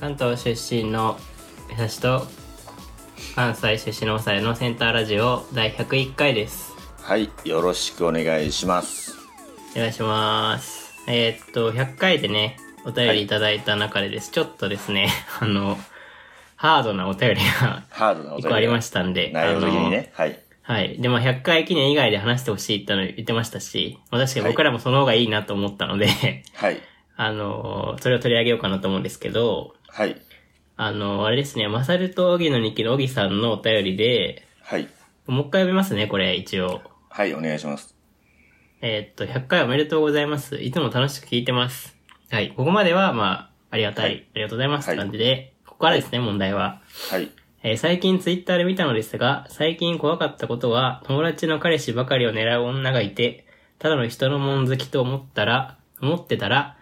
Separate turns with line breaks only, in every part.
関東出身の優しと関西出身のさえのセンターラジオ第101回です
はい、よろしくお願いします。
お願いしますえーっと100回でねお便りいただいた中でです、ちょっとですね あのハードなお便りが
ハードなお
一
便
個あり
り
ま
が
したんで
内容的にね、はい。
あのはいでも100回記念以外で話してほしいっての言ってましたし、まあ、確かに僕らもその方がいいなと思ったので、
はい。
あのそれを取り上げようかなと思うんですけど
はい。
あの、あれですね、マサルとオギの日記のオギさんのお便りで、
はい。
もう一回読みますね、これ、一応。
はい、お願いします。
えーっと、100回おめでとうございます。いつも楽しく聞いてます。はい。ここまでは、まあ、ありがたい。
はい
ありがとうございます。
はい
って感じで、ここからですね、問題は。
はい。
えー最近ツイッターで見たのですが、最近怖かったことは、友達の彼氏ばかりを狙う女がいて、ただの人のもん好きと思ったら、思ってたら、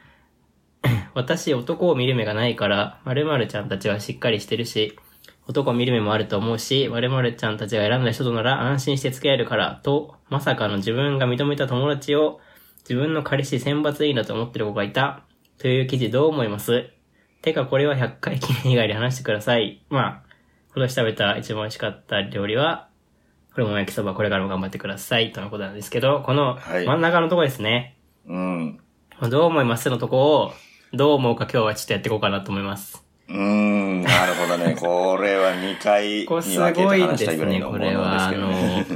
私男を見る目がないから、〇〇ちゃんたちはしっかりしてるし、男を見る目もあると思うし、〇〇ちゃんたちが選んだ人となら安心して付き合えるから、と、まさかの自分が認めた友達を、自分の彼氏選抜委員だと思ってる子がいた、という記事どう思いますてかこれは100回記念以外で話してください。まあ、今年食べた一番美味しかった料理は、これも焼きそば、これからも頑張ってください、とのことなんですけど、この
はい
真ん中のとこですね。
うん。
どう思いますのとこを、どう思うか今日はちょっとやっていこうかなと思います。
うーん、なるほど ね。これは2回に
これ
分
す
けて
ごいで
話し
す
たいぐらい
ね、
の
こ
もので
れは。
す
あ
けど
の
ね。、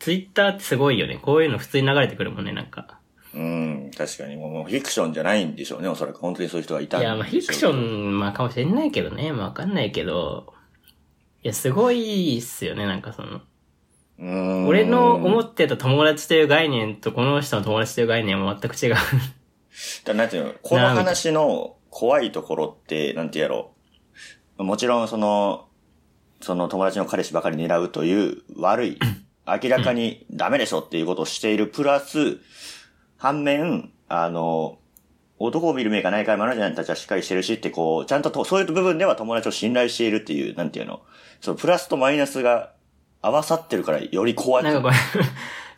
ツイッターってすごいよね。こういうの普通に流れてくるもんね、なんか。
うん、確かにもうもうフィクションじゃないんでしょうね、おそらく。本当にそういう人はいたん
い
でしょ
や、
う
まあ
け
フ
ど
ィクショ。ン、まあかもしれないけどね。まあわかんないけど。いや、すごいっすよね、なんかその。
うーん。
俺の思ってた友達という概念とこの人の友達という概念は全く違う。
だなんていうの、この話の怖いところって、なんてやろう。もちろん、その、その友達の彼氏ばかり狙うという 悪い、明らかにダメでしょっていうことをしている。プラス、反面、あの、男を見る目がないから、マナちゃんたちはしっかりしてるしって、こう、ちゃんとと、そういう部分では友達を信頼しているっていう、なんていうの、そのプラスとマイナスが合わさってるから、より怖い。
なんかこ れ、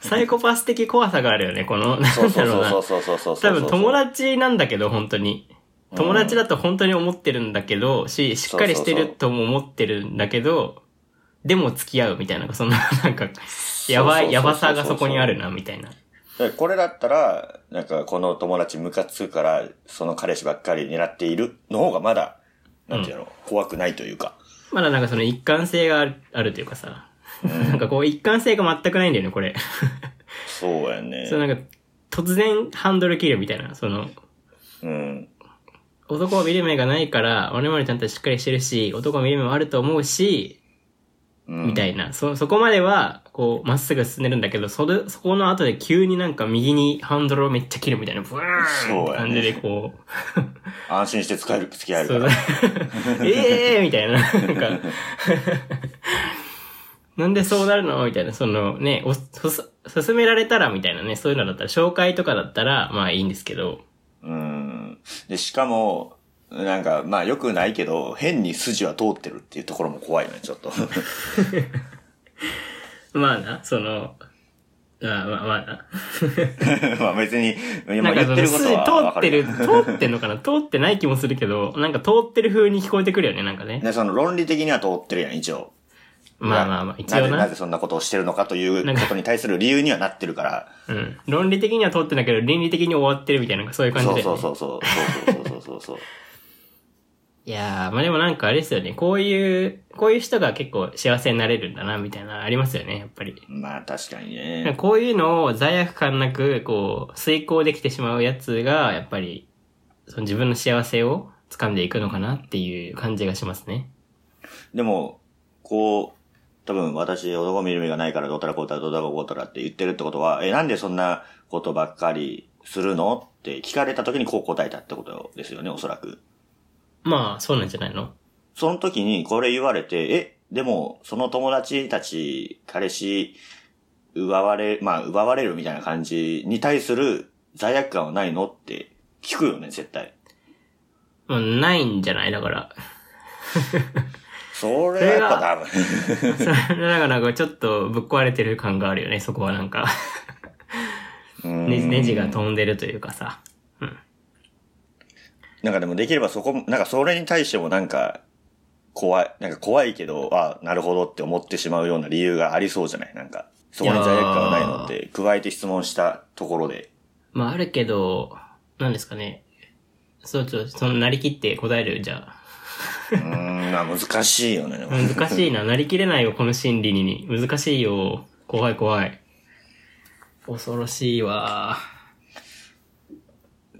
サイコパス的怖さがあるよね、この、なん
そうそ
だ
う
ろうな
そ。うそうそうそうそう
多
そう。
分友達なんだけど、本当に。
うん
友達だと本当に思ってるんだけど、し、しっかりしてるとも思ってるんだけど、でも付き合うみたいな、そんな、 なんか、やばい、やばさがそこにあるな、みたいな。
でこれだったら、なんかこの友達ムカつくから、その彼氏ばっかり狙っているの方がまだ、なんていうの、怖くないというか。
まだなんかその一貫性があるあるというかさ、なんかこう一貫性が全くないんだよね、これ。
そうやね
そ。のなんか、突然ハンドル切るみたいな、その、
うん。
男を見る目がないから、我々ちゃんとしっかりしてるし、男を見る目もあると思うし、
うん、
みたいな。そ、そこまでは、こう、まっすぐ進んでるんだけど、それ、そこの後で急になんか右にハンドルをめっちゃ切るみたいな、ブワーン
そ
っ
う
て
や
感じ
ね
でこう、
安心して使える、付き合える
そ
か
う
ら。
そう ええーみたいな、なんか、 なんでそうなるのみたいな、そのね、お、そす、勧められたらみたいなね、そういうのだったら、紹介とかだったら、まあいいんですけど、
うん。で、しかも、なんか、まあ良くないけど、変に筋は通ってるっていうところも怖いよね、ちょっと。
まあな、その、まあまあまあな。
まあ別に、
な
今
んか
言
そ
っ
の
てることはわ
通っ
か
て
る
る
よ。、
通ってんのかな通ってない気もするけど、なんか通ってる風に聞こえてくるよね、なんかね。
で、その論理的には通ってるやん、一応。
まあまあまあ、一
な
応
ぜ、
な
なぜ。そんなことをしてるのかという
なん
こ
か
とに対する理由にはなってるから。
うん。論理的には通ってないけど、倫理的に終わってるみたいな、そういう感じで、ね。
そうそうそうそうそうそうそうそうそう
いやー、まあでもなんかあれですよね。こういう、こういう人が結構幸せになれるんだな、みたいな、ありますよね、やっぱり。
まあ確かに
なん
ね
かこういうのを罪悪感なく、こう、遂行できてしまうやつが、やっぱり、その自分の幸せを掴んでいくのかなっていう感じがしますね。
でもこう多分私男見る目がないからどうたらこうたらどうたらこうたらって言ってるってことはえなんでそんなことばっかりするのって聞かれた時にこう答えたってことですよねおそらく
まあ、そうなんじゃないの
その時にこれ言われてえでもその友達たち彼氏奪われまあ奪われるみたいな感じに対する罪悪感はないのって聞くよね絶対
まあ、ないんじゃないだから。
それはやっぱダメ
それだからなんかちょっとぶっ壊れてる感があるよね、そこはなんか。
うん
ネジネジが飛んでるというかさ。うん。
なんかでもできればそこ、なんかそれに対してもなんか、怖い、なんか怖いけど、あなるほどって思ってしまうような理由がありそうじゃないなんか、そこに罪悪感はないのって、加えて質問したところで。
まああるけど、なんですかね。そうちょ、その、なりきって答えるじゃあ。
うーん、まあ難しいよね。でも
難しいな。なりきれないよ、この心理に。難しいよ。怖い怖い。恐ろしいわ。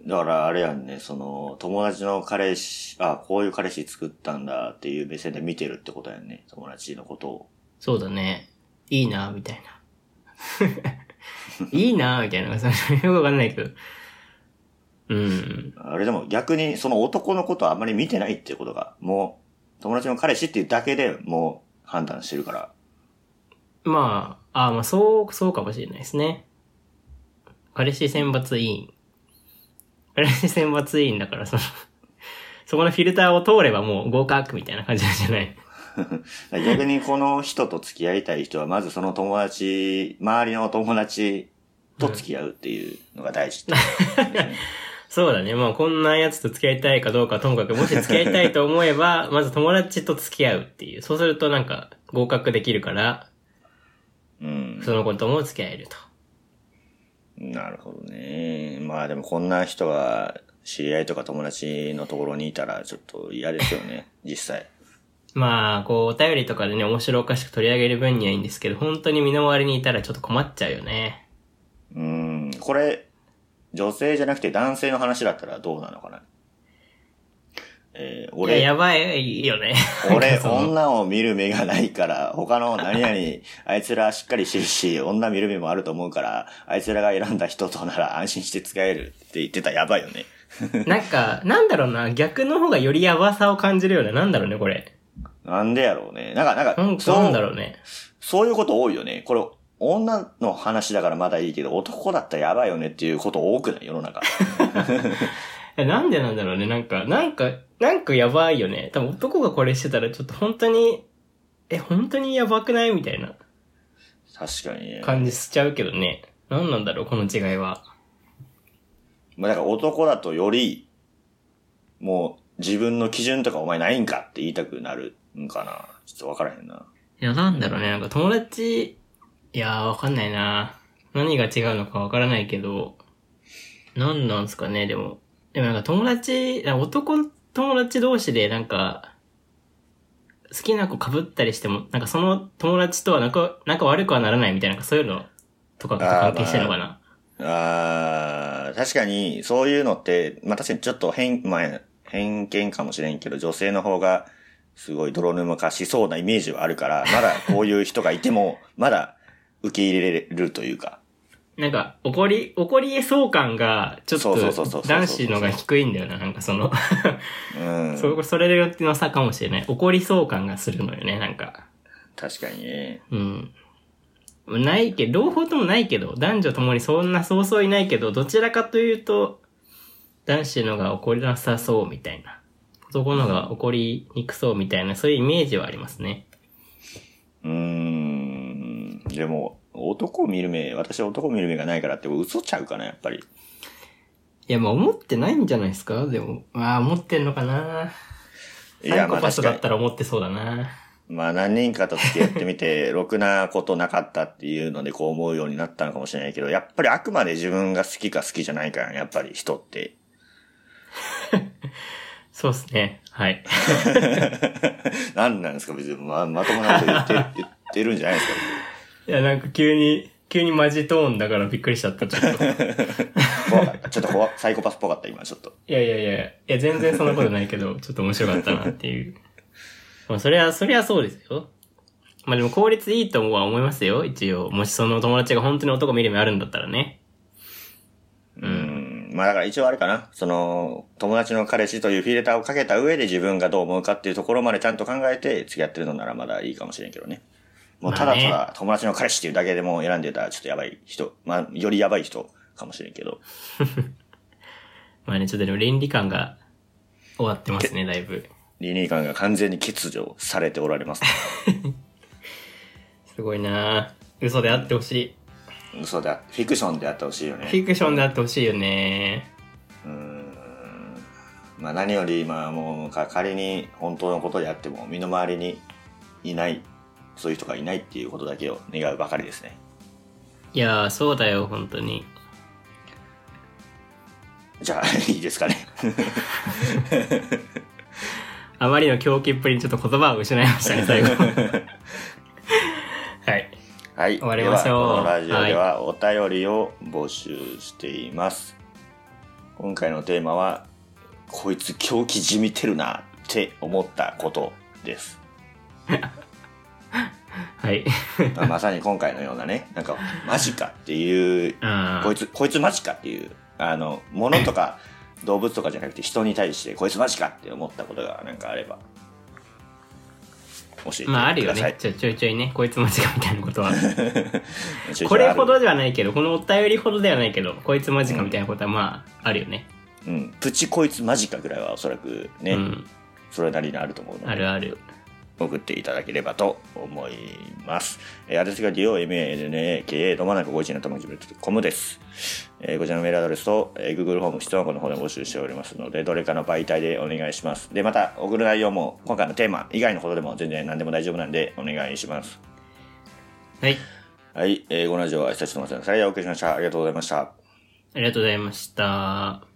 だからあれやんね、その、友達の彼氏、あ、こういう彼氏作ったんだっていう目線で見てるってことやんね、友達のことを。
そうだね。いいな、みたいな。いいな、みたいな。それよくわかんないけど。うん。
あれでも逆にその男のことあんまり見てないっていうことが、もう、友達の彼氏っていうだけでもう判断してるから。
まあ、あまあ、そう、そうかもしれないですね。彼氏選抜委員。彼氏選抜委員だから、その、そこのフィルターを通ればもう合格みたいな感じなんじゃない
だから逆にこの人と付き合いたい人は、まずその友達、周りの友達と付き合うっていうのが大事ってことですね
そうだね。まあこんなやつと付き合いたいかどうかはともかく、もし付き合いたいと思え ば、まず友達と付き合うっていう。そうするとなんか合格できるから、
うん。
その子とも付き合えると。
なるほどね。まあでもこんな人が知り合いとか友達のところにいたらちょっと嫌ですよね、実際。
まあ、こう、お便りとかでね、面白おかしく取り上げる分にはいいんですけど、本当に身の回りにいたらちょっと困っちゃうよね。
うん。これ、女性じゃなくて男性の話だったらどうなのかな。え
い
ー
や、
俺、
やばいよね。
俺、
その
女を見る目がないから、他の何々、あいつらしっかりしてるし、女見る目もあると思うから、あいつらが選んだ人となら安心して使えるって言ってたらやばいよね。
なんか、なんだろうな、逆の方がよりやばさを感じるよね。なんだろうね、これ。
なんでやろうね。なんか、なんか、
なん
そう
なんだろうね。
そういうこと多いよね。これ、女の話だからまだいいけど、男だったらやばいよねっていうこと多くない世 の中。
えなんでなんだろうね、なんか、なんか、なんかやばいよね。多分男がこれしてたらちょっと本当に、え、本当にやばくないみたいな
確かにね。
感じしちゃうけどね。なんなんだろう、この違いは。
まあ、だから男だとより、もう自分の基準とかお前ないんかって言いたくなるんかな。ちょっとわからへんな。
いや、なんだろうね。なんか友達、いやー、わかんないな。何が違うのかわからないけど、なんなんすかね、でも。でもなんか友達、男の友達同士でなんか、好きな子被ったりしても、なんかその友達とは仲、仲悪くはならないみたいな、なんかそういうのとかと関係してるのかな。
あー、確かに、そういうのって、まあ、確かにちょっと偏、まあ、偏見かもしれんけど、女性の方が、すごい泥沼化しそうなイメージはあるから、まだこういう人がいても、 まだ受け入れれるというか。
なんか、怒り、怒りそう感が、ちょっ
そうそうそうそうそう
と
そう
男子のが低いんだよな、なんかその、
うん。
そそれよっての差かもしれない。怒りそう感がするのよね、なんか。
確かにね。
うん。ないけど、両方ともないけど、男女ともにそんなそうそういないけど、どちらかというと、男子のが怒りなさそうみたいな。男のが怒りにくそうみたいな、そういうイメージはありますね。
うーん。でも、男を見る目、私は男を見る目がないからって、嘘ちゃうかな、やっぱり。
いや、まあ思ってないんじゃないですかでも。まあ思ってんのかないいや、
や、
ま
まあ
あ確
確
だ
か
っ
に
た。ら思ってそうだな。
まあ何人かと付き合ってみ て、ろくなことなかったっていうのでこう思うようになったのかもしれないけど、やっぱりあくまで自分が好きか好きじゃないか、やっぱり人って。
そうですね。はい。
何なんですか別に、ま、まともなこと言って、 言ってるんじゃないですか
いや、なんか急に、急にマジトーンだからびっくりしちゃった。ちょっとい
怖かった。ちょっと怖サイコパスっぽかった、今ちょっと。
やいやいや、いや全然そんなことないけ ど、ちょっと面白かったなっていう。まあ、それは、それはそうですよ。まあでも効率いいとは思いますよ、一応。もしその友達が本当に男見る目あるんだったらね。
うん。まあだから一応あれかな。その、友達の彼氏というフィルターをかけた上で自分がどう思うかっていうところまでちゃんと考えて付き合ってるのならまだいいかもしれんけどね。もうただた
ま
だ友達の彼氏っていうだけでも選んでたらちょっとやばい人。まあ、よりやばい人かもしれんけど。
まあね、ちょっとでも倫理観が終わってますね、だいぶ。
倫理観が完全に欠如されておられます、
すごいなぁ嘘であってほしい。
嘘だ。フィクションであってほしいよ
フ
ね。
ィクションであってほしいよね
うーん。まあ何より、まあもうか仮に本当のことであっても身の回りにいない、そういう人がいないっていうことだけを願うばかりですね。
いやー、そうだよ、本当に。
じゃあ、いいですかね。
あまりの狂気っぷりにちょっと言葉を失いま したね、最後。はい。
はい。
終わりましょう
ではこのラジオではお便りを募集しています。今回のテーマは、こいつ狂気じみてるなって思ったことです。
はい。
まあまさに今回のようなね、なんか、マジかっていう、
あ
こいつ、こいつマジかっていう、あの、物と か動物とかじゃなくて人に対して、こいつマジかって思ったことがなんかあれば、教えてください。
まあ、あるよね。ちょちょいちょいね、こいつ間違いみたいなことは。
ちょいちょいある。
これほどではないけど、このお便りほどではないけど、こいつマジかみたいなことはまあ、あるよね。
うん、プチこいつマジかぐらいはおそらくね、
うん。
それなりにあると思うの
あ
で、
るある。
送っていただければと思います。えー、アドレスが DOMANAKA ロマナコ51のともきぶと .com です。えーこちらのメールアドレスと、えー Google ホーム質問箱の方で募集しておりますので、どれかの媒体でお願いします。で、また送る内容も今回のテーマ以外のことでも全然何でも大丈夫なんでお願いします。
はい。
はい、えー、ご覧以上は久しぶりのさんでお送りしました。ありがとうございました。
ありがとうございました。